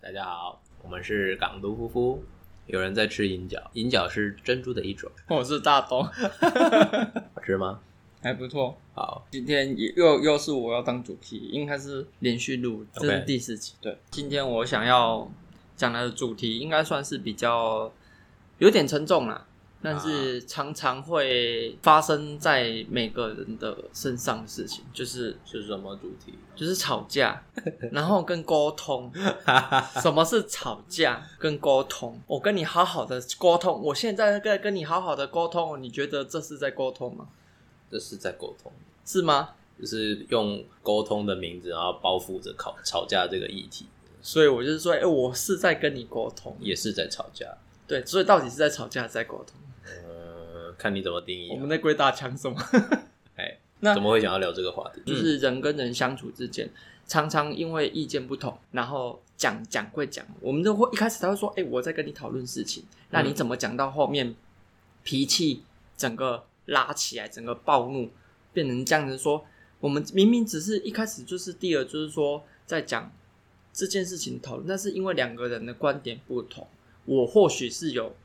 大家好，我们是港都夫妇。有人在吃银角，银角是珍珠的一种， 我是大东，好吃吗？还不错。好，今天也又又是我要当主题，应该是连续录，这 OK 是第四集。对，今天我想要讲的主题应该算是比较有点沉重啦，但是常常会发生在每个人的身上的事情，就是是什么主题？就是吵 架，然后跟沟 通。什么是吵架跟沟通？我跟你好好的沟通，我现在在跟你好好的沟通，你觉得这是在沟通吗？这是在沟通，是吗？就是用沟通的名字，然后包覆着吵吵架这个议题，所以我就是说，哎、我是在跟你沟通，也是在吵架。对，所以到底是在吵架还是在沟通？嗯，看你怎么定义、我啊们。在归大枪什么？哎，那怎么会想要聊这个话题？就是人跟人相处之间，常常因为意见不同，然后讲讲归讲，我们就会一开始他会说，哎、我在跟你讨论事情，那你怎么讲到后面脾气整个拉起来，整个暴怒，变成这样子说，我们明明只是一开始就是第二，就是说在讲这件事情讨论，但是因为两个人的观点不同，我或许是有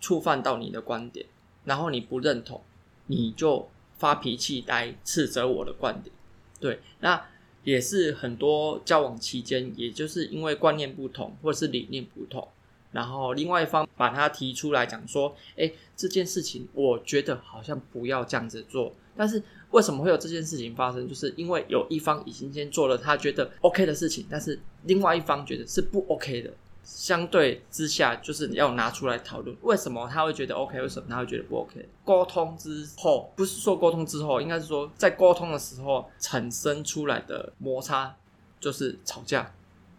触犯到你的观点，然后你不认同，你就发脾气来斥责我的观点。对，那也是很多交往期间，也就是因为观念不同或者是理念不同，然后另外一方把它提出来讲说，哎，这件事情我觉得好像不要这样子做，但是。为什么会有这件事情发生？就是因为有一方已经先做了他觉得 OK 的事情，但是另外一方觉得是不 OK 的。相对之下，就是要拿出来讨论，为什么他会觉得 OK，为什么他会觉得不 OK？沟通之后，不是说沟通之后，应该是说在沟通的时候产生出来的摩擦，就是吵架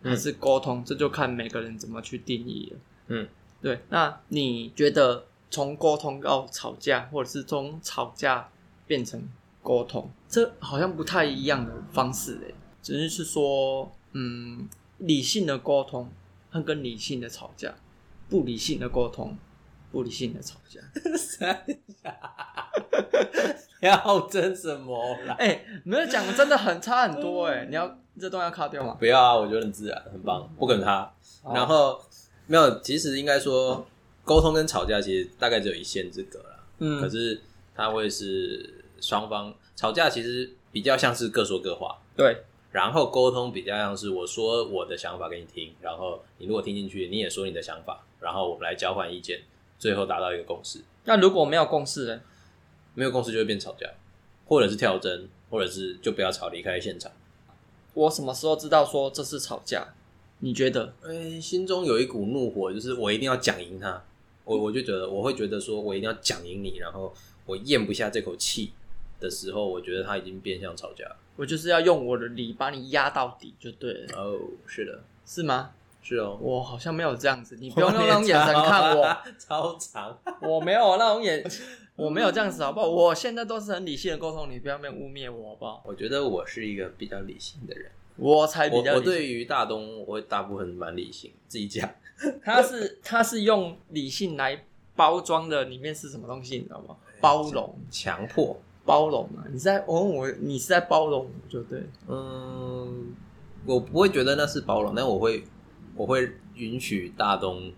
嗯还是沟通，这就看每个人怎么去定义了。嗯，对。那你觉得从沟通到吵架，或者是从吵架变成沟通，这好像不太一样的方式诶、只是是说，嗯，理性的沟通和跟理性的吵架，不理性的沟通，不理性的吵架。三下，要争什么啦？哎、没有讲，真的很差很多哎、你要这段要卡掉吗？不要啊，我觉得很自然，很棒，不可能他。然后没有，其实应该说沟通跟吵架其实大概只有一线之隔啦。嗯，可是它会是双方吵架，其实比较像是各说各话，对，然后沟通比较像是我说我的想法给你听，然后你如果听进去，你也说你的想法，然后我们来交换意见，最后达到一个共识。那如果没有共识呢？欸没有共识就会变吵架，或者是跳针，或者是就不要吵，离开现场。我什么时候知道说这是吵架？你觉得？哎，心中有一股怒火，就是我一定要讲赢他。我我就觉得，我会觉得说我一定要讲赢你，然后我咽不下这口气的时候，我觉得他已经变相吵架了。我就是要用我的理把你压到底就对了，哦，是的，是吗？是哦。我好像没有这样子，你不用用那种眼神 看 我，，超长。我没有那种眼， 我没有这样子好不好？我现在都是很理性的沟通，你不要那边污蔑我好不好？我觉得我是一个比较理性的人，我才比我较我理性对于大东，我大部分蛮理性，自己讲。他是 他是用理性来包装的，里面是什么东西，你知道哎吗？包容，强迫，包容嘛，你是在我问我，你是在包容我就对了，嗯，我不会觉得那是包容，但我会我会允许大东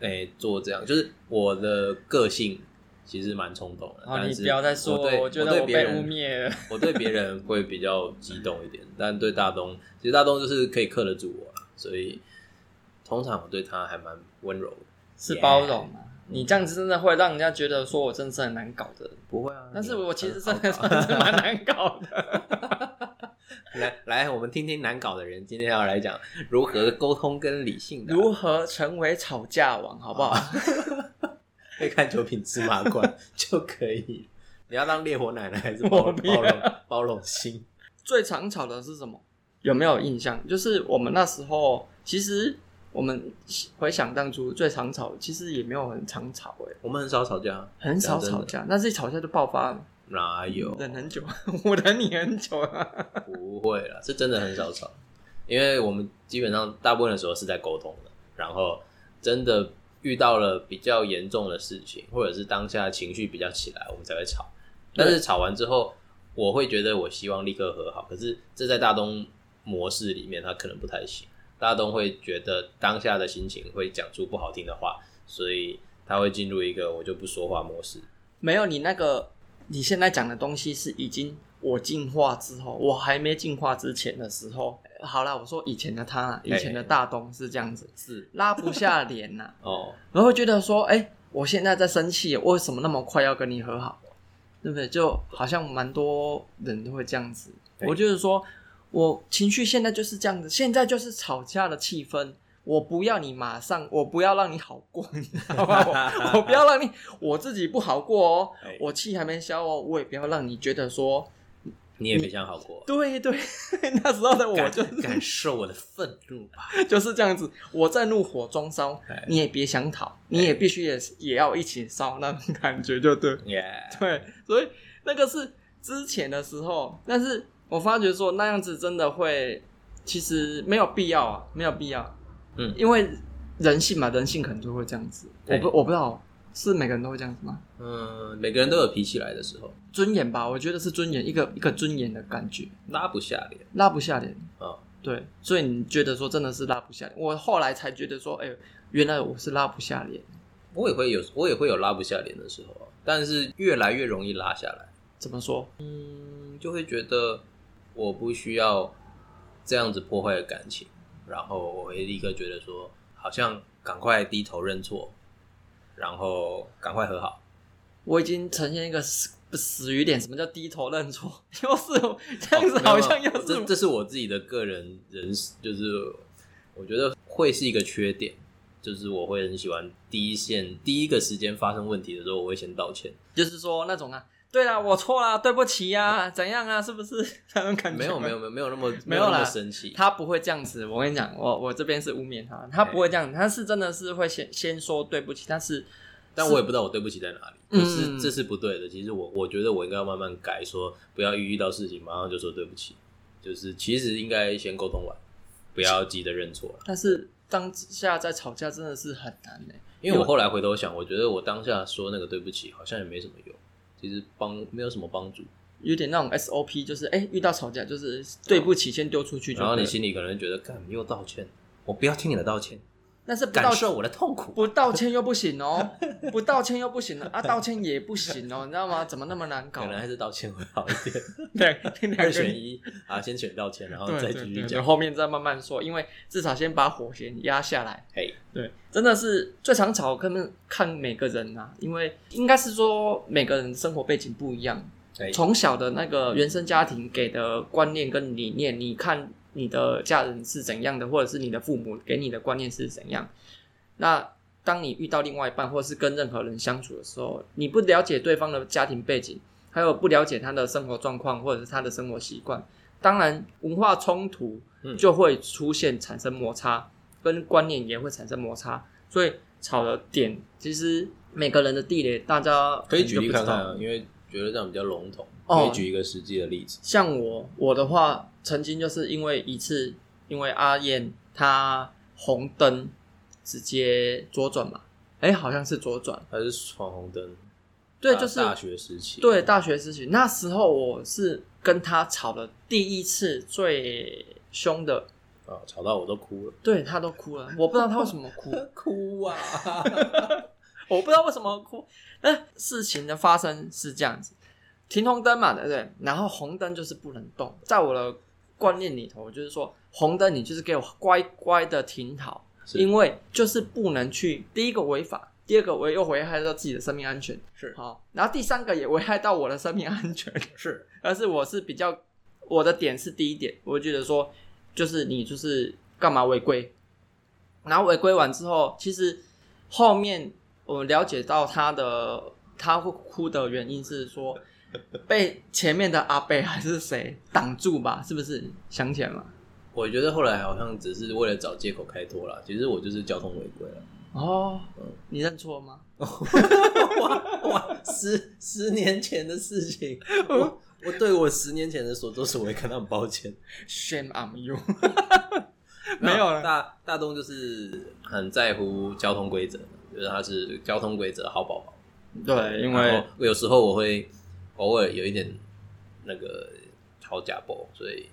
诶、做这样，就是我的个性其实蛮冲动的。然后但哦你是不要再说，我对我觉我得对我别被人污蔑了。我对别人会比较激动一点，但对大东，其实大东就是可以克得住我啦，所以通常我对他还蛮温柔的。是 Yeah 包容嘛？你这样子真的会让人家觉得说我真的是很难搞的人，不会啊，但是你我其实很真好 搞的算是蛮难搞的。来来，我们听听难搞的人今天要来讲如何沟通跟理性的啊，如何成为吵架王，好不好？啊会看九品芝麻 官就可以。你要当烈火奶奶还是包我容不包要容包容心？ 最常吵的是什么？有没有印象？就是我们那时候，其实我们回想当初最常吵，其实也没有很常吵、欸，我们很少吵架，很少讲真的吵架，但是一吵架就爆发了，哪有？忍很久， 我忍你很久啊了。不会啦，是真的很少吵，因为我们基本上大部分的时候是在沟通的，然后真的遇到了比较严重的事情，或者是当下情绪比较起来，我们才会吵。但是吵完之后，我会觉得我希望立刻和好，可是这在大东模式里面，他可能不太行。大家都会觉得当下的心情会讲出不好听的话，所以他会进入一个我就不说话模式。没有，你那个你现在讲的东西是已经我进化之后，我还没进化之前的时候。呃好啦，我说以前的他啦，以前的大东是这样子，是拉不下脸呐、哦，然后会觉得说，哎、我现在在生气，为什么那么快要跟你和好？对不对？就好像蛮多人都会这样子。对我就是说，我情绪现在就是这样子，现在就是吵架的气氛。我不要你马上，我不要让你好过，你知 道吗？我我不要让你我自己不好过哦哎，我气还没消哦，我也不要让你觉得说，你也别想好过，对对， 那时候的我感就感受我的愤怒吧。就是这样子，我在怒火中烧哎，你也别想逃，你也必须也也要一起烧那种感觉，就对 Yeah，对，所以那个是之前的时候，但是我发觉说那样子真的会，其实没有必要啊，没有必要，嗯因为人性嘛，人性可能就会这样子，我对不我不知道是每个人都会这样子吗？嗯，每个人都有脾气来的时候，尊严吧，我觉得是尊严，一个一个尊严的感觉，拉不下脸拉不下脸，啊、哦对，所以你觉得说真的是拉不下脸，我后来才觉得说，哎、原来我是拉不下脸，我也会有，我也会有拉不下脸的时候啊，但是越来越容易拉下来。怎么说？嗯，就会觉得我不需要这样子破坏感情，然后我会立刻觉得说，好像赶快低头认错，然后赶快和好。我已经呈现一个死死鱼脸，什么叫低头认错？ 又是这样子，没有好像哦没有又 这是这是我自己的个人人，就是我觉得会是一个缺点，就是我会很喜欢第一线第一个时间发生问题的时候，我会先道歉。就是说那种啊，对啦，我错啦，对不起呀、怎样啊，是不 是那种感 觉？没有没有，没有没有那么没有有那么啦生气，他不会这样子。我跟你讲，我我这边是污蔑他，他不会这样，他是真的是会先先说对不起，但是但我也不知道我对不起在哪里，嗯可是这是不对的。其实我我觉得我应该要慢慢改，说不要一遇到事情马上就说对不起，就是其实应该先沟通完，不要急着认错了。但是当下在吵架真的是很难的、因为我后来回头想，我觉得我当下说那个对不起好像也没什么用，其实帮没有什么帮助。有点那种 SOP，就是哎、遇到吵架就是对不起，先丢出去就然对了。后你心里可能觉得，干你又道歉，我不要听你的道歉，但是不道感歉受我的痛苦。不道歉又不 行哦，不道歉又不行了啊，道歉也不行哦，你知道吗？怎么那么难搞可？能还是道歉会好一点，对，二选一啊，先选道歉，然后对再对继对续对，讲。后面再慢慢说，因为至少先把火先压下来。嘿，对，真的是最常吵，可能看每个人啊，因为应该是说每个人生活背景不一样，嘿从小的那个原生家庭给的观念跟理念，你看你的家人是怎样的，或者是你的父母给你的观念是怎样。那当你遇到另外一半，或是跟任何人相处的时候，你不了解对方的家庭背景，还有不了解他的生活状况，或者是他的生活习惯，当然文化冲突嗯就会出现产生摩擦，跟观念也会产生摩擦，所以吵的点其实每个人的地雷，大家可以举可能就例不看知道看啊，因为觉得这样比较笼统，哦可以举一个实际的例子。像我我的话，曾经就是因为一次，因为阿燕她红灯直接左转嘛，哎，好像是左转，它是闯红灯，对，大就是大学时期，对大学事情。那时候我是跟她吵的第一次最凶的，啊，吵到我都哭了，对她都哭了，我不知道她为什么哭， 哭啊！ 我不知道为什么哭。那事情的发生是这样子，停红灯嘛，对不对？然后红灯就是不能动，在我的观念里头，就是说红灯你就是给我乖乖的停好，是因为就是不能去第一个违法，第二个我又危害到自己的生命安全，是好，然后第三个也危害到我的生命安全。 是，但是我是比较我的点是第一点，我会觉得说，就是你就是干嘛违规，然后违规完之后，其实后面我了解到他的他会哭的原因是说被前面的阿贝还是谁挡住吧，是不是想起来吗？我觉得后来好像只是为了找借口开脱啦，其实我就是交通违规了。 哦嗯，你认错吗？哇哇，十十年前的事情，我我对我十年前的所作所为感到很抱歉。 Shame on you！没 有了大大东就是很在乎交通规则，就是他是交通规则的好宝宝。对，因然为后我有时候我会偶尔有一点那个超假包，所以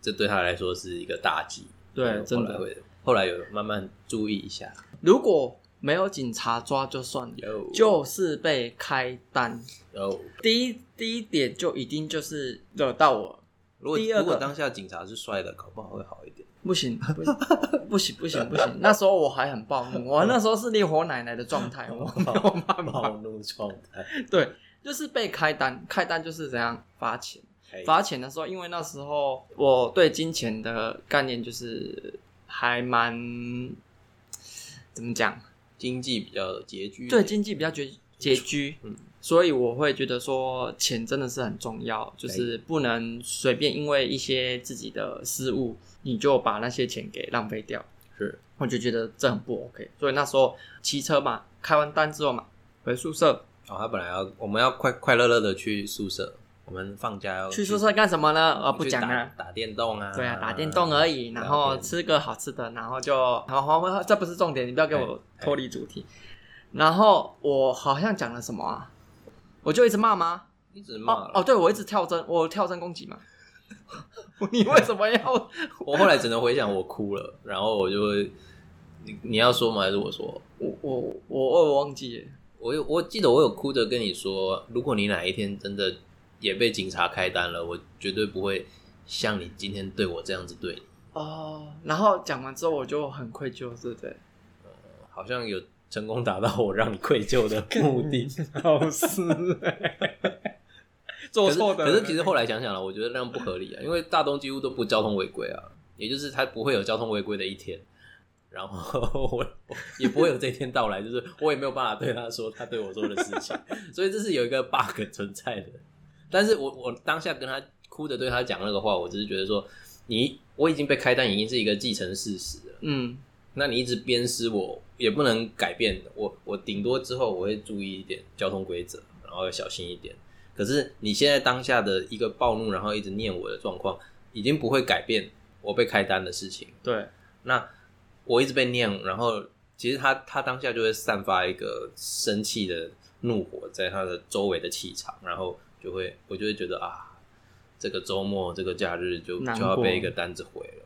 这对他来说是一个大忌。对，后真来的。会，后来有慢慢注意一下。如果没有警察抓就算了，有就是被开单。有，第一第一点就一定就是惹到我，如果第二个如果当下警察是帅的，搞不好会好一点。不行，不行，不 行，不行，不行！那时候我还很暴怒，我那时候是烈火奶奶的 状态，哎我没有办法。暴怒状态，对，就是被开单，开单就是怎样罚钱。哎罚钱的时候，因为那时候我对金钱的概念就是还蛮怎么讲，经济比较拮据一点，对经济比较拮拮据，嗯所以我会觉得说钱真的是很重要，就是不能随便因为一些自己的失误，你就把那些钱给浪费掉。是，我就觉得这很不 OK，所以那时候骑车嘛，开完单之后嘛，回宿舍哦，他本来要我们要快快乐乐的去宿舍，我们放假要去宿舍干什么呢？呃，啊不讲了。打电动啊，对啊，打电动而已，然后聊天吃个好吃的，然后就好好，这不是重点，你不要给我脱离主题。然后我好像讲了什么啊？我就一直骂吗？一直骂哦了哦，，对，我一直跳针，我跳针攻击嘛。你为什么要？我后来只能回想我哭了，然后我就会，你你要说吗？还是我说？我我我我忘记了。我有我记得我有哭着跟你说，如果你哪一天真的也被警察开单了，我绝对不会像你今天对我这样子对你。哦，然后讲完之后我就很愧疚，对不对？好像有成功达到我让你愧疚的目 的。 老师，做可是错的可人。是其实后来想想了，我觉得那样不合理啊，因为大东几乎都不交通违规啊，也就是他不会有交通违规的一天。然后 我我也不会有这一天到来，就是我也没有办法对他说他对我做的事 情，所以这是有一个 bug 存在的。但是我我当下跟他哭着对他讲那个话，我只是觉得说你我已经被开单，已经是一个既成事实了。嗯，那你一直鞭尸我，也不能改变我。我顶多之后我会注意一点交通规则，然后要小心一点。可是你现在当下的一个暴怒，然后一直念我的状况，已经不会改变我被开单的事情。对，那我一直被念，然后其实他他当下就会散发一个生气的怒火在他的周围的气场，然后就会我就会觉得啊，这个周末这个假日就难就要过被一个单子毁了，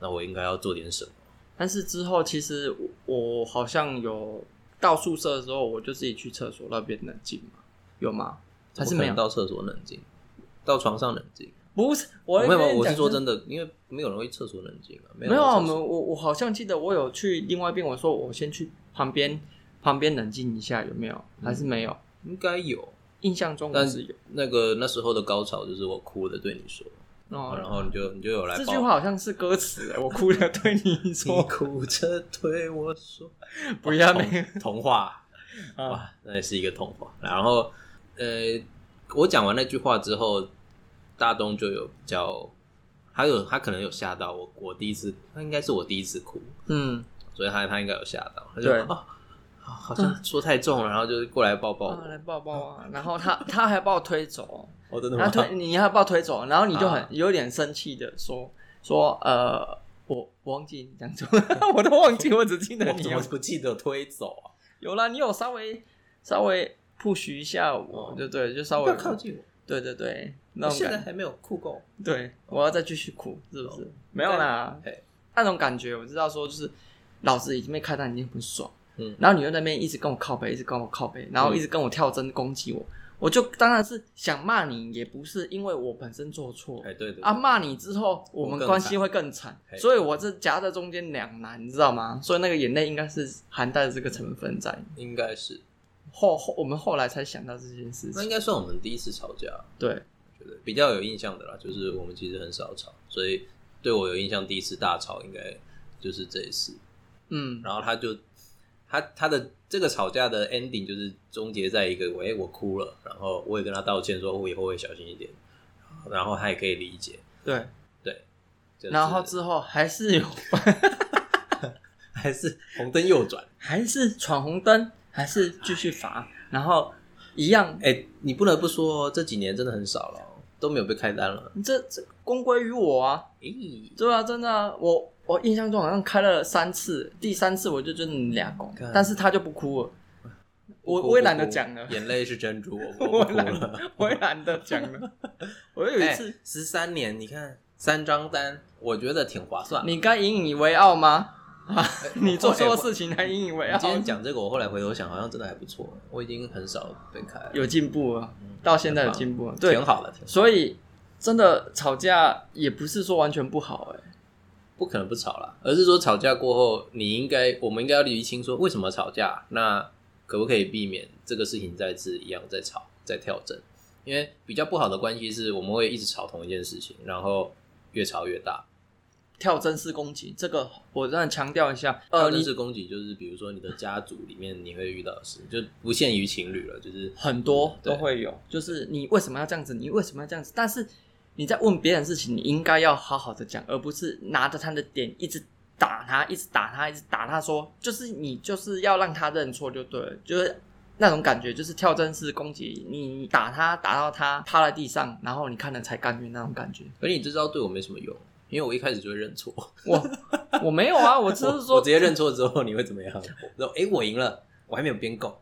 那我应该要做点什么？但是之后其实我我好像有到宿舍的时候，我就自己去厕所那边冷静嘛，有吗？还是没我可有能？到厕所冷静，到床上冷静。不是，我我没有，没有我跟是你讲说真的，因为没有人会厕所冷静啊，没没有啊。我我们我我好像记得我有去另外一边，我说我先去旁边旁边冷静一下，有没有？还是没有？应该有。印象中我但是有。那个那时候的高潮就是我哭的对你说，哦，然后你就你就有来这抱句话好像是歌词、欸，我哭着对 你我，你说哭着对我 说，不要童那童话，啊，哇，那也是一个童话。然后呃，我讲完那句话之后，大东就有比较，他有他可能有吓到我，我第一次，他应该是我第一次哭，嗯，所以他他应该有吓到，他就对啊，好好像说太重了，然后就是过来抱抱啊，我。来抱抱啊，然后他他还把我推走，哦，真的他 推你还把我推走，然后你就很啊有点生气的说说呃，我我忘记你讲什么， 我都忘记，我只记得我你怎有么不记得推走啊？有啦，你有稍微稍微 push 一下我哦，对对，就稍不微要靠近我，对对对，那我种现在感还没有酷够。对，我要再继续哭，是不是哦？没有啦对嘿，那种感觉我知道，说就是老子已经被开单，已经很爽。嗯，然后你又在那边一直跟我靠背，一直跟我靠背，然后一直跟我跳针攻击我，我就当然是想骂你，也不是因为我本身做错哎，对对啊，骂你之后我我们更关系会更惨，嘿所以我这夹在中间两难，你知道吗？所以那个眼泪应该是含带着这个成分在。应该是，后后我们后来才想到这件事那应情，该算我们第一次吵架，对，我觉得比较有印象的啦。就是我们其实很少吵，所以对我有印象第一次大吵应该就是这一次。嗯，然后他就他他的这个吵架的 ending 就是终结在一个，喂、我哭了，然后我也跟他道歉说，哦我以后会小心一点，然后他也可以理解，对，对，就是然后之后还是有， 还是红灯右转，还是闯红灯，还是继续罚，然后一样，哎、你不得不说这几年真的很少了哦，都没有被开单了，这这公归于我啊，咦、对啊，真的啊、我我印象中好像开了三次，第三次我就觉得你俩公干，但是他就不哭了，我不哭我也懒得不哭讲了眼泪是珍 珠，我我我不哭懒了。 我也懒得讲了。我有一次，十三年，你看三张单，我觉得挺划算。你该引以为 傲吗？啊，你做错哎事情还引以为你傲？今天讲这个，我后来回头想，好像真的还不错。我已经很少被开了，有进步啊，嗯到现在有进步啊，对挺，好的，挺好的所以真的吵架也不是说完全不好哎、不可能不吵啦，而是说吵架过后，你应该我们应该要厘清说为什么吵架，那可不可以避免这个事情再次一样再吵再跳针？因为比较不好的关系是我们会一直吵同一件事情，然后越吵越大。跳针式攻击这个我真的强调一下，呃，呃，人你事攻击就是比如说你的家族里面你会遇到的事，就不限于情侣了，就是很多对嗯都会有，就是你为什么要这样子？你为什么要这样子？但是你在问别人事情，你应该要好好的讲，而不是拿着他的点一直打他，一直打他，一直打他说，就是你就是要让他认错就对了，就是。那种感觉就是跳针式攻击，你打他打到他趴在地上，然后你看了才甘愿那种感 觉。而你这招对我没什么用，因为我一开始就会认错。 我我没有啊，我只我是说我直接认错之后你会怎么样？然后哎，诶我赢了，我还没有编够，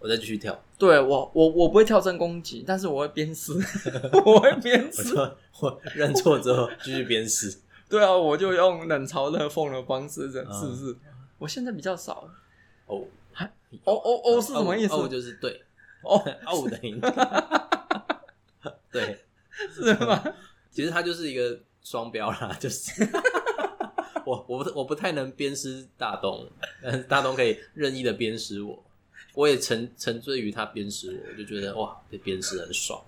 我再继续跳。对我，我我不会跳针攻击，但是我会鞭尸， 我会鞭我尸。说我认错之后继续鞭尸。对啊，我就用冷嘲热讽的方式，这样嗯是不是？我现在比较少。哦哦哦哦，是什么意思？哦就是对， 哦，哦的音。对，是吗？其实它就是一个双标啦，就是我我不我不太能鞭尸大东，但是大东可以任意的鞭尸我，我也沉沉醉于他鞭尸我，我就觉得哇，被鞭尸很爽。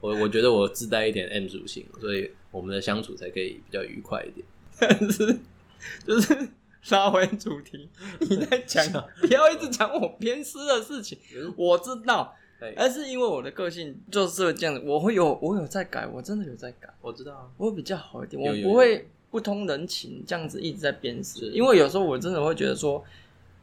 我我觉得我自带一点 M 属性，所以我们的相处才可以比较愉快一点。但是 就是拉回主 题，你在讲，不要一直讲我鞭尸的事情。我知道，对，而是因为我的个性就是这样子，我会有我有在改，我真的有在改。我知道啊，我会比较好一点，有有有我不会不通人情这样子一直在鞭尸是，因为有时候我真的会觉得说，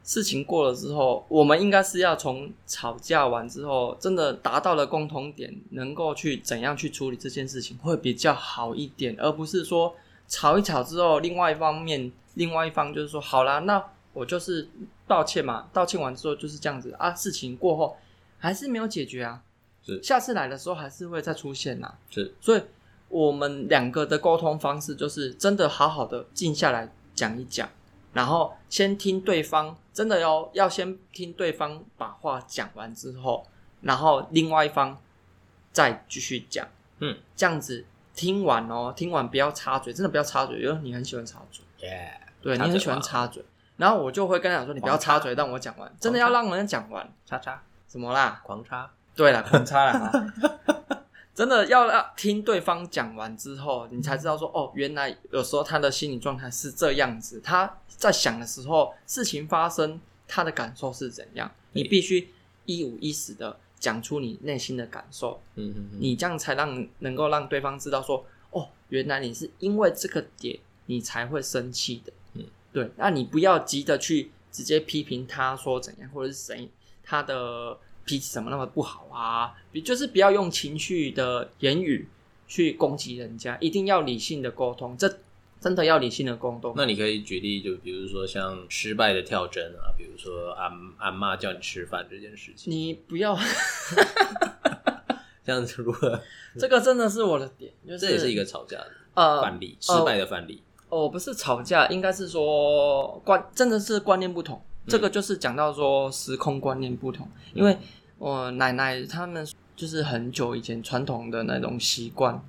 事情过了之后，我们应该是要从吵架完之后，真的达到了共同点，能够去怎样去处理这件事情会比较好一点，而不是说吵一吵之后，另外一方面，另外一方就是说，好啦，那我就是道歉嘛，道歉完之后就是这样子啊，事情过后还是没有解决啊，是下次来的时候还是会再出现呐、啊是所以我们两个的沟通方式就是真的好好的静下来讲一讲，然后先听对方，真的要要先听对方把话讲完之后，然后另外一方再继续讲，嗯，这样子听完哦，听完不要插嘴，真的不要插嘴，因为你很喜欢插嘴，耶，对你插嘴很喜欢吗插嘴，然后我就会跟他讲说，你不要插嘴，让我讲完，真的要让人家讲完，叉叉怎么啦？狂叉，对了，混差了哈。真的要让听对方讲完之后，你才知道说哦，原来有时候他的心理状态是这样子。他在想的时候，事情发生，他的感受是怎样？你必须一五一十的讲出你内心的感受，嗯嗯嗯，你这样才让能够让对方知道说，哦，原来你是因为这个点你才会生气的。嗯，对，那你不要急着去直接批评他说怎样，或者是谁他的脾气怎么那么不好啊，你就是不要用情绪的言语去攻击人家，一定要理性的沟通，这真的要理性的沟通。那你可以举例，就比如说像失败的跳针啊，比如说阿阿妈叫你吃饭这件事情，你不 要， 这样子如何？这个真的是我的点，就是这也是一个吵架的呃范例，失败的范例。哦，不是吵架，应该是说观，真的是观念不同。这个就是讲到说时空观念不同，因为我奶奶他们就是很久以前传统的那种习惯，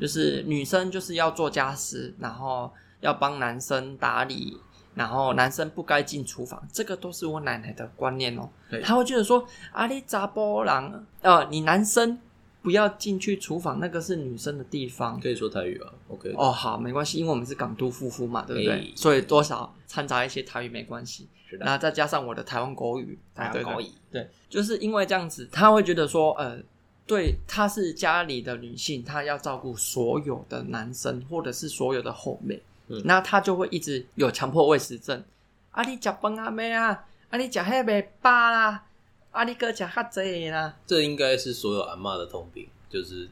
就是女生就是要做家事，然后要帮男生打理，然后男生不该进厨房，这个都是我奶奶的观念哦对。她会觉得说，啊，你查波郎，呃，你男生不要进去厨房，那个是女生的地方。可以说台语啊，OK？哦，好，没关系，因为我们是港都夫妇嘛，对不对？哎所以多少掺杂一些台语没关系，是然的，后再加上我的台湾国语，台湾国语，对，就是因为这样子，他会觉得说，呃，对，她是家里的女性，她要照顾所有的男生或者是所有的后辈，嗯那她就会一直有强迫喂食症。啊，你食饭啊没啊？啊，你食迄袂饱啦？啊，你哥食较济啦？这应该是所有阿妈的通病，就是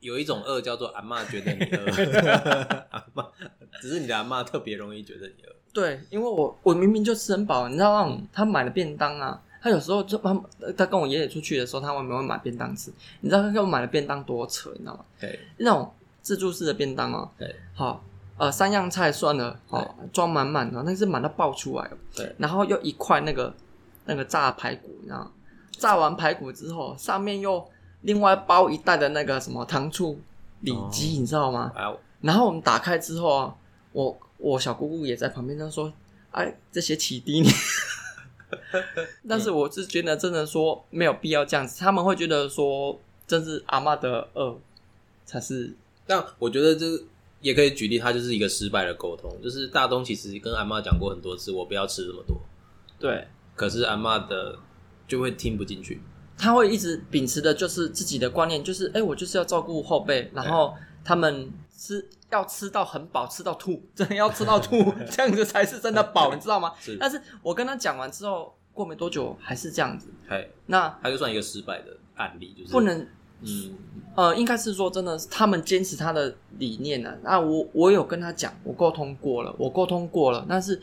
有一种饿叫做阿妈觉得你 饿，阿妈只是你的阿妈特别容易觉得你饿。对，因为我我明明就吃很饱，你知道那种他买了便当啊，他有时候就他他跟我爷爷出去的时候，他们没有买便当吃，你知道他给我买了便当多扯，你知道吗？对，那种自助式的便当哦对，好，呃，三样菜算了，哦，装满满的，那是满到爆出来哦，对，然后又一块那个那个炸排骨，你知道吗，炸完排骨之后，上面又另外包一袋的那个什么糖醋里脊，你知道吗？啊，然后我们打开之后啊，我我小姑姑也在旁边，她说：“哎，这些起低 你。”但是我是觉得真的说没有必要这样子，他们会觉得说真是阿嬷的恶才是但我觉得这也可以举例，它就是一个失败的沟通。就是大东其实跟阿妈讲过很多次，我不要吃这么多，对。可是阿妈的就会听不进去。他会一直秉持的就是自己的观念，就是哎、我就是要照顾后辈，然后他们吃要吃到很饱，吃到吐， 真的要吃到吐，这样子才是真的 饱，你知道吗？是，但是我跟他讲完之后，过没多久还是这样子，哎，那它就算一个失败的案例，就是不，能嗯，呃，应该是说真的，他们坚持他的理念呢、啊。那我我有跟他讲，我沟通过了，我沟通过了，但是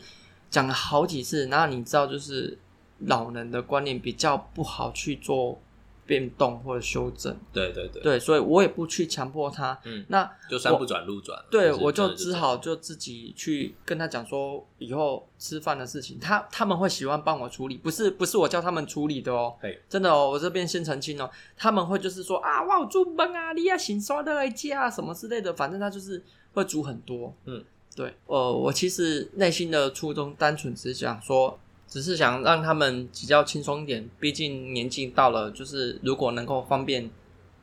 讲了好几次。然后你知道，就是老人的观念比较不好去做变动或者修正，对对对，对，所以我也不去强迫他。嗯，那就山不转路转，对是我真就的只这样好就自己去跟他讲说，以后吃饭的事情，他他们会喜欢帮我处理，不是不是我叫他们处理的哦。嘿，真的哦，我这边先澄清哦，他们会就是说啊，哇，我煮饭啊，你要洗刷的来加啊，什么之类的，反正他就是会煮很多。嗯，对，呃，我其实内心的初衷单纯只是想说，只是想让他们比较轻松一点，毕竟年纪到了，就是如果能够方便，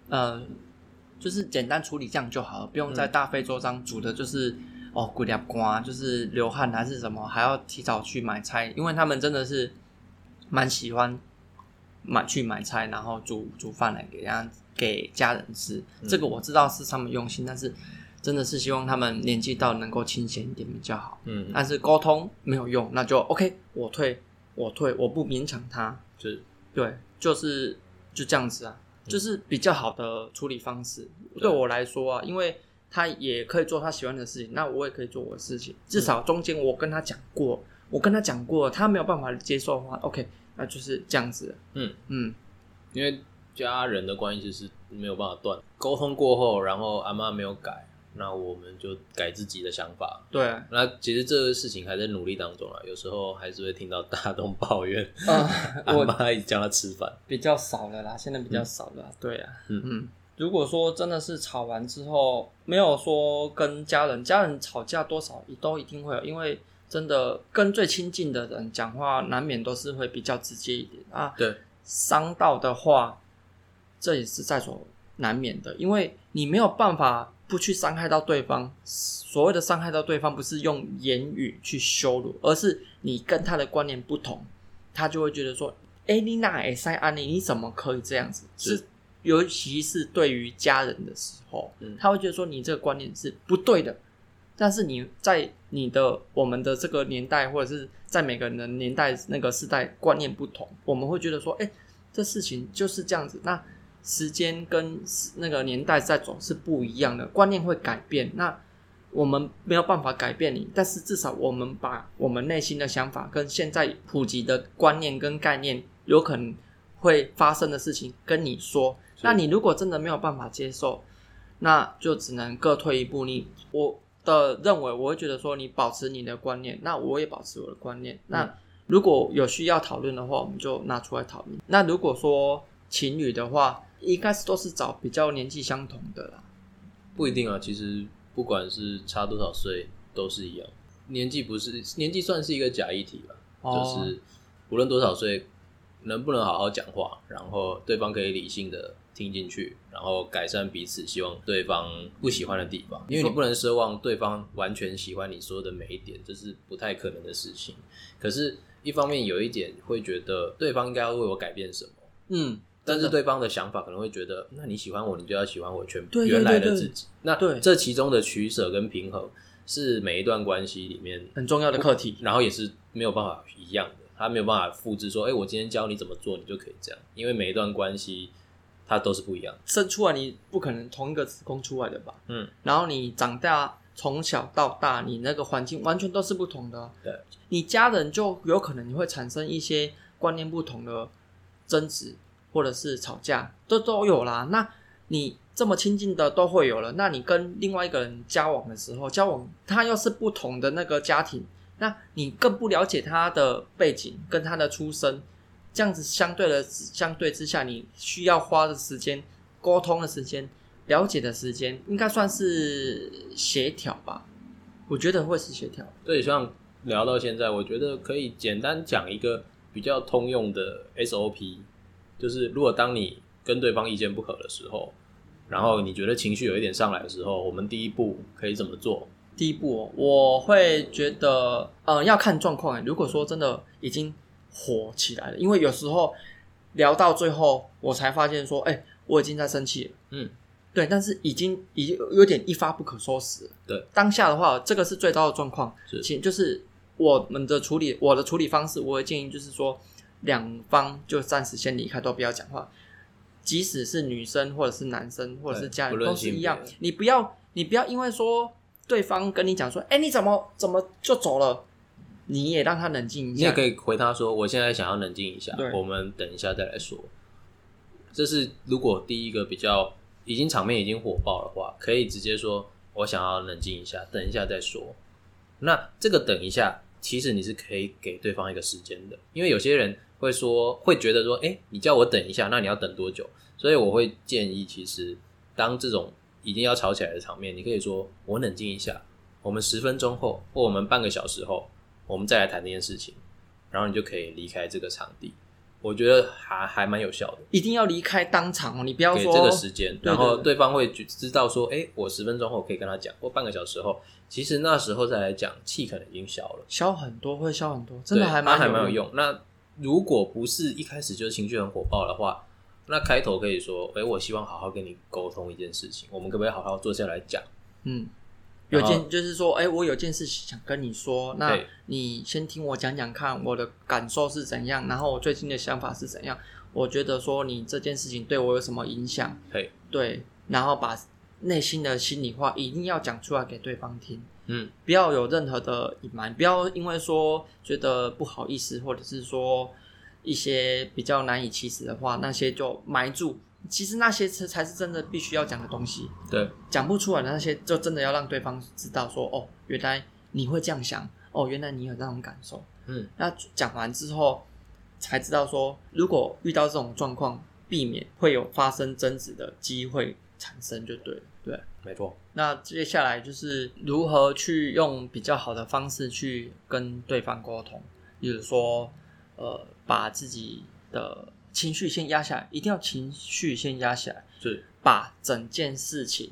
呃，就是简单处理这样就好了，不用嗯再大费周章煮的，就是。哦，骨裂瓜就是流汗还是什么，还要提早去买菜，因为他们真的是蛮喜欢买去买菜，然后煮煮饭来给家给家人吃。嗯这个我知道是他们用心，但是真的是希望他们年纪到能够清闲一点比较好。嗯，但是沟通没有用，那就 OK，我退，我退，我不勉强他。就是对，就是就这样子啊，就是比较好的处理方式。对我来说啊，因为他也可以做他喜欢的事情，那我也可以做我的事情。至少中间我跟他讲过，我跟他讲过，他没有办法接受的话，OK，那就是这样子。嗯嗯，因为家人的关系就是没有办法断，沟通过后，然后阿妈没有改，那我们就改自己的想法。 对，那其实这个事情还在努力当中啊，有时候还是会听到大东抱怨嗯，阿 我妈一直叫他吃饭，比较少了啦，现在比较少了啦对啊，嗯嗯。如果说真的是吵完之后，没有说跟家人，家人吵架多少也都一定会有，因为真的跟最亲近的人讲话，难免都是会比较直接一点啊。对，伤到的话，这也是在所难免的，因为你没有办法不去伤害到对方。所谓的伤害到对方，不是用言语去羞辱，而是你跟他的观念不同，他就会觉得说：“哎，你哪也塞安利？你怎么可以这样子？”是是，尤其是对于家人的时候，嗯他会觉得说你这个观念是不对的。但是你在你的我们的这个年代，或者是在每个人的年代那个时代观念不同，我们会觉得说，哎、这事情就是这样子。那时间跟那个年代在走是不一样的，观念会改变。那我们没有办法改变你，但是至少我们把我们内心的想法跟现在普及的观念跟概念，有可能会发生的事情跟你说。是那你如果真的没有办法接受，那就只能各退一步。你我的认为，我会觉得说你保持你的观念，那我也保持我的观念。嗯那如果有需要讨论的话，我们就拿出来讨论。那如果说情侣的话，应该是都是找比较年纪相同的啦。不一定啊。其实不管是差多少岁都是一样，年纪不是年纪算是一个假议题吧，就哦是无论多少岁，能不能好好讲话，然后对方可以理性的听进去，然后改善彼此希望对方不喜欢的地方，因为你不能奢望对方完全喜欢你说的每一点，这是不太可能的事情。可是，一方面有一点会觉得对方应该要为我改变什么。嗯，但是真的对方的想法可能会觉得，那你喜欢我，你就要喜欢我全对对原来的对自己。那对这其中的取舍跟平衡，是每一段关系里面很重要的课题。然后也是没有办法一样的，他没有办法复制说，哎、我今天教你怎么做，你就可以这样，因为每一段关系它都是不一样的。生出来你不可能同一个子宫出来的吧？嗯，然后你长大从小到大，你那个环境完全都是不同的。对，你家人就有可能你会产生一些观念不同的争执，或者是吵架，这都有啦。那你这么亲近的都会有了，那你跟另外一个人交往的时候，交往他又是不同的那个家庭，那你更不了解他的背景跟他的出身，这样子相对的相对之下，你需要花的时间、沟通的时间、了解的时间，应该算是协调吧？我觉得会是协调。所以像聊到现在，我觉得可以简单讲一个比较通用的 SOP，就是如果当你跟对方意见不合的时候，然后你觉得情绪有一点上来的时候，我们第一步可以怎么做？第一步、哦，我会觉得，呃，要看状况欸。如果说真的已经火起来了，因为有时候聊到最后，我才发现说，哎、我已经在生气了。嗯，对，但是已经已经有点一发不可收拾了。对，当下的话，这个是最糟的状况。是其就是我们的处理，我的处理方式，我会建议就是说，两方就暂时先离开，都不要讲话。即使是女生或者是男生或者是对家不人论都是性一样别，你不要你不要因为说对方跟你讲说，哎、你怎么怎么就走了，你也让他冷静一你下。也可以回他说：“我现在想要冷静一下对，我们等一下再来说。”这是如果第一个比较已经场面已经火爆的话，可以直接说：“我想要冷静一下，等一下再说。”那这个等一下，其实你是可以给对方一个时间的，因为有些人会说会觉得说：“哎、你叫我等一下，那你要等多久？”所以我会建议，其实当这种已经要吵起来的场面，你可以说：“我冷静一下，我们十分钟后，或我们半个小时后，我们再来谈这件事情。”然后你就可以离开这个场地。我觉得还还蛮有效的，一定要离开当场哦，你不要给说这个时间，对然后对对方会觉知道说，哎，我十分钟后可以跟他讲，或半个小时后，其实那时候再来讲，气可能已经消了，消很多会消很多，真的对那还蛮还蛮有用。用。那如果不是一开始就情绪很火爆的话，那开头可以说，哎，我希望好好跟你沟通一件事情，我们可不可以好好坐下来讲？嗯，有然件就是说，哎、我有件事情想跟你说，那对你先听我讲讲看，我的感受是怎样，然后我最近的想法是怎样，我觉得说你这件事情对我有什么影响，对，对，然后把内心的心里话一定要讲出来给对方听，嗯，不要有任何的隐瞒，不要因为说觉得不好意思，或者是说一些比较难以启齿的话，那些就埋住。其实那些才才是真的必须要讲的东西。对，讲不出来的那些，就真的要让对方知道说，哦，原来你会这样想，哦，原来你有那种感受。嗯，那讲完之后，才知道说，如果遇到这种状况，避免会有发生争执的机会产生，就对了，对。没错，那接下来就是如何去用比较好的方式去跟对方沟通，比如说，呃，把自己的情绪先压下来，一定要情绪先压下来。是把整件事情，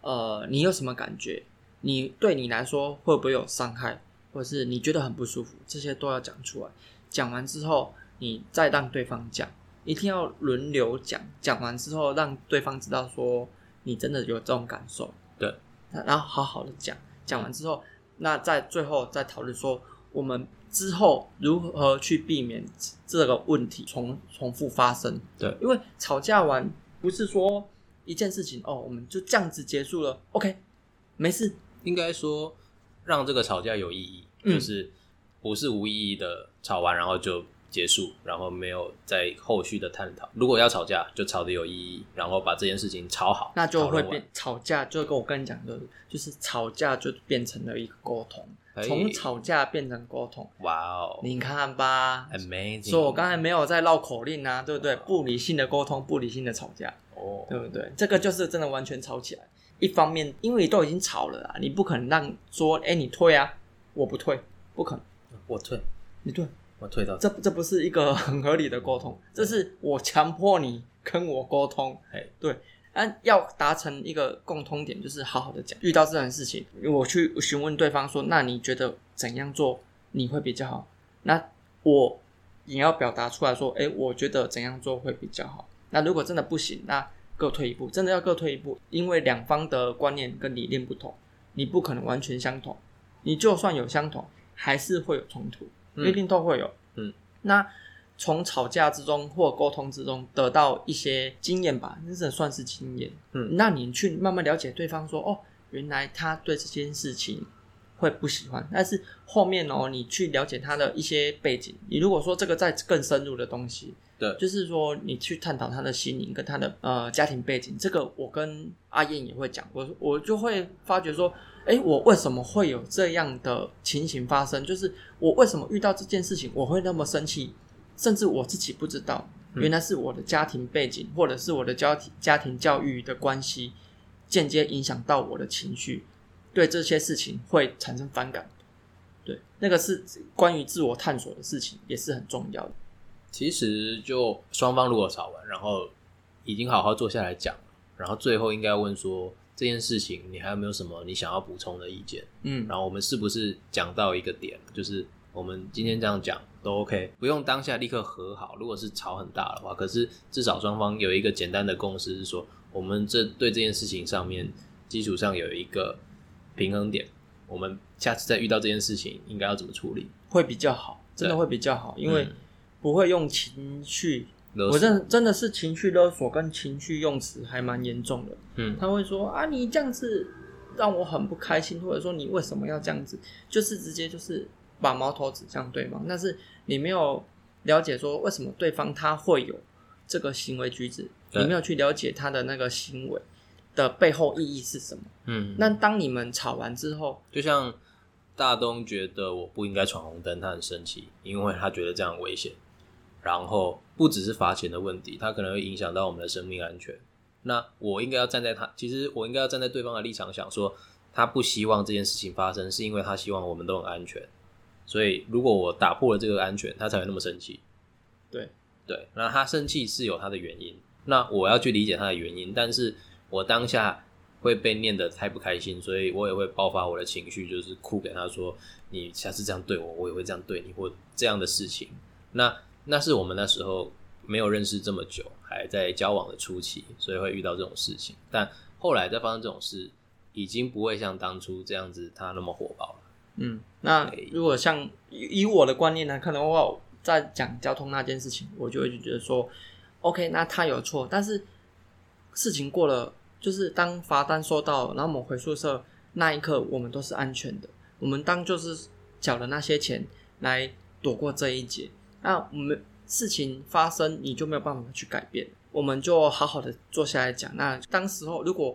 呃，你有什么感觉？你对你来说会不会有伤害，或者是你觉得很不舒服？这些都要讲出来。讲完之后，你再让对方讲，一定要轮流讲。讲完之后，让对方知道说你真的有这种感受。对那，然后好好的讲。讲完之后，那在最后再讨论说我们之后如何去避免这个问题重重复发生。对，因为吵架完不是说一件事情哦，我们就这样子结束了，OK，没事，应该说让这个吵架有意义，嗯就是不是无意义的吵完然后就结束，然后没有在后续的探讨。如果要吵架，就吵得有意义，然后把这件事情吵好，那就讨会论完变吵架，就跟我跟你讲的，就是吵架就变成了一个沟通，哎从吵架变成沟通，哇哦你看吧。哎，amazing！所以我刚才没有在绕口令啊，对不对？不理性的沟通，不理性的吵架，哦，对不对？这个就是真的完全吵起来。一方面，因为你都已经吵了啊，你不可能让说，哎，你退啊，我不退，不可能，我退，你退，我退到这这不是一个 很合理的沟通，这是我强迫你跟我沟通哎，对。啊，要达成一个共通点，就是好好的讲。遇到这种事情，我去询问对方说：“那你觉得怎样做你会比较好？”那我也要表达出来说：“哎，我觉得怎样做会比较好。”那如果真的不行，那各退一步，真的要各退一步，因为两方的观念跟理念不同，你不可能完全相同。你就算有相同，还是会有冲突，嗯一定都会有。嗯，那从吵架之中或沟通之中得到一些经验吧，那这算是经验。嗯那你去慢慢了解对方说，哦，原来他对这件事情会不喜欢，但是后面哦，你去了解他的一些背景，你如果说这个再更深入的东西，对就是说你去探讨他的心灵跟他的呃家庭背景，这个我跟阿燕也会讲，我我就会发觉说，哎，我为什么会有这样的情形发生？就是我为什么遇到这件事情我会那么生气，甚至我自己不知道，嗯原来是我的家庭背景或者是我的家庭家庭教育的关系，间接影响到我的情绪，对这些事情会产生反感。对，那个是关于自我探索的事情，也是很重要的。其实就双方如果吵完，然后已经好好坐下来讲了，然后最后应该问说这件事情你还有没有什么你想要补充的意见？嗯，然后我们是不是讲到一个点，就是我们今天这样讲都 OK，不用当下立刻和好。如果是吵很大的话，可是至少双方有一个简单的共识，是说我们这对这件事情上面基础上有一个平衡点，我们下次再遇到这件事情应该要怎么处理？会比较好，真的会比较好，因为嗯不会用情绪。勒我索真的真的是情绪勒索跟情绪用词还蛮严重的。嗯他会说啊，你这样子让我很不开心，或者说你为什么要这样子？就是直接就是把矛头指向对方，但是你没有了解说为什么对方他会有这个行为举止，对你没有去了解他的那个行为的背后意义是什么。嗯，那当你们吵完之后，就像大东觉得我不应该闯红灯，他很生气，因为他觉得这样危险。然后不只是罚钱的问题，他可能会影响到我们的生命安全。那我应该要站在他，其实我应该要站在对方的立场想说，他不希望这件事情发生，是因为他希望我们都很安全。所以如果我打破了这个安全，他才会那么生气。对对，那他生气是有他的原因，那我要去理解他的原因，但是我当下会被念得太不开心，所以我也会爆发我的情绪，就是哭给他说，你下次这样对我，我也会这样对你，或这样的事情。那那是我们那时候没有认识这么久，还在交往的初期，所以会遇到这种事情。但后来再发生这种事，已经不会像当初这样子他那么火爆了。嗯，那如果像以以我的观念来看的话，我在讲交通那件事情，我就会觉得说，OK，那他有错，但是事情过了，就是当罚单收到，然后我们回宿舍那一刻，我们都是安全的，我们当就是缴了那些钱来躲过这一劫。那我们事情发生，你就没有办法去改变，我们就好好的坐下来讲。那当时候如果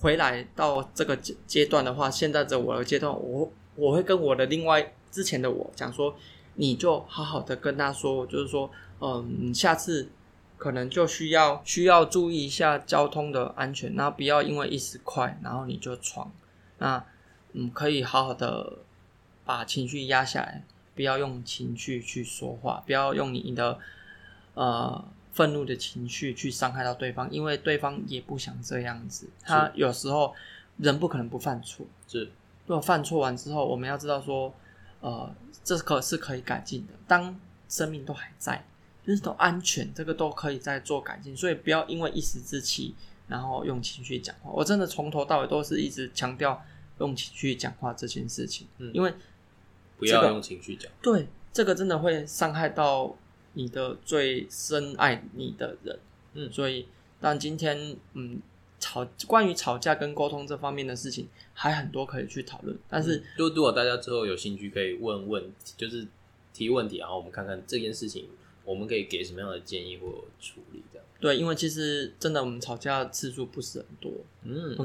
回来到这个阶阶段的话，现在的我的阶段，我我会跟我的另外之前的我讲说，你就好好的跟他说，就是说，嗯，下次可能就需要需要注意一下交通的安全，那不要因为一时快，然后你就闯。那嗯，可以好好的把情绪压下来，不要用情绪去说话，不要用你的呃愤怒的情绪去伤害到对方，因为对方也不想这样子。他有时候人不可能不犯错，是，如果犯错完之后，我们要知道说，呃，这可是可以改进的。当生命都还在，就是都安全，这个都可以再做改进。所以不要因为一时之气，然后用情绪讲话。我真的从头到尾都是一直强调用情绪讲话这件事情，嗯因为不这要个用情绪讲。对这个真的会伤害到你的最深爱你的人。嗯所以但今天嗯吵关于吵架跟沟通这方面的事情还很多可以去讨论，但是。就如果大家之后有兴趣，可以问问，就是提问题，然后我们看看这件事情，我们可以给什么样的建议或处理这样。对，因为其实真的我们吵架的次数不是很多，我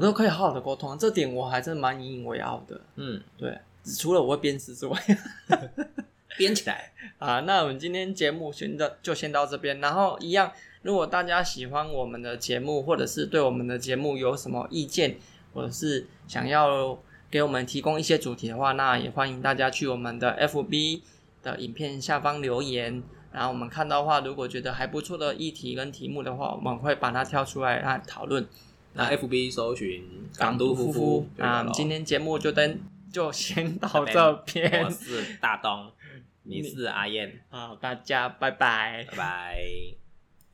嗯都可以好好的沟通，啊这点我还真蛮引以为傲的。嗯，对，除了我会鞭尸之外， 编起来。啊，那我们今天节目先到就先到这边，然后一样，如果大家喜欢我们的节目，或者是对我们的节目有什么意见，或者是想要给我们提供一些主题的话，那也欢迎大家去我们的 FB 的影片下方留言。然后我们看到的话，如果觉得还不错的议题跟题目的话，我们会把它挑出来来讨论。那 FB 搜寻港港都都夫夫妇妇，啊，我们今天天节目就登就先到这边我是大东，你是阿燕，好，大家拜拜。拜拜。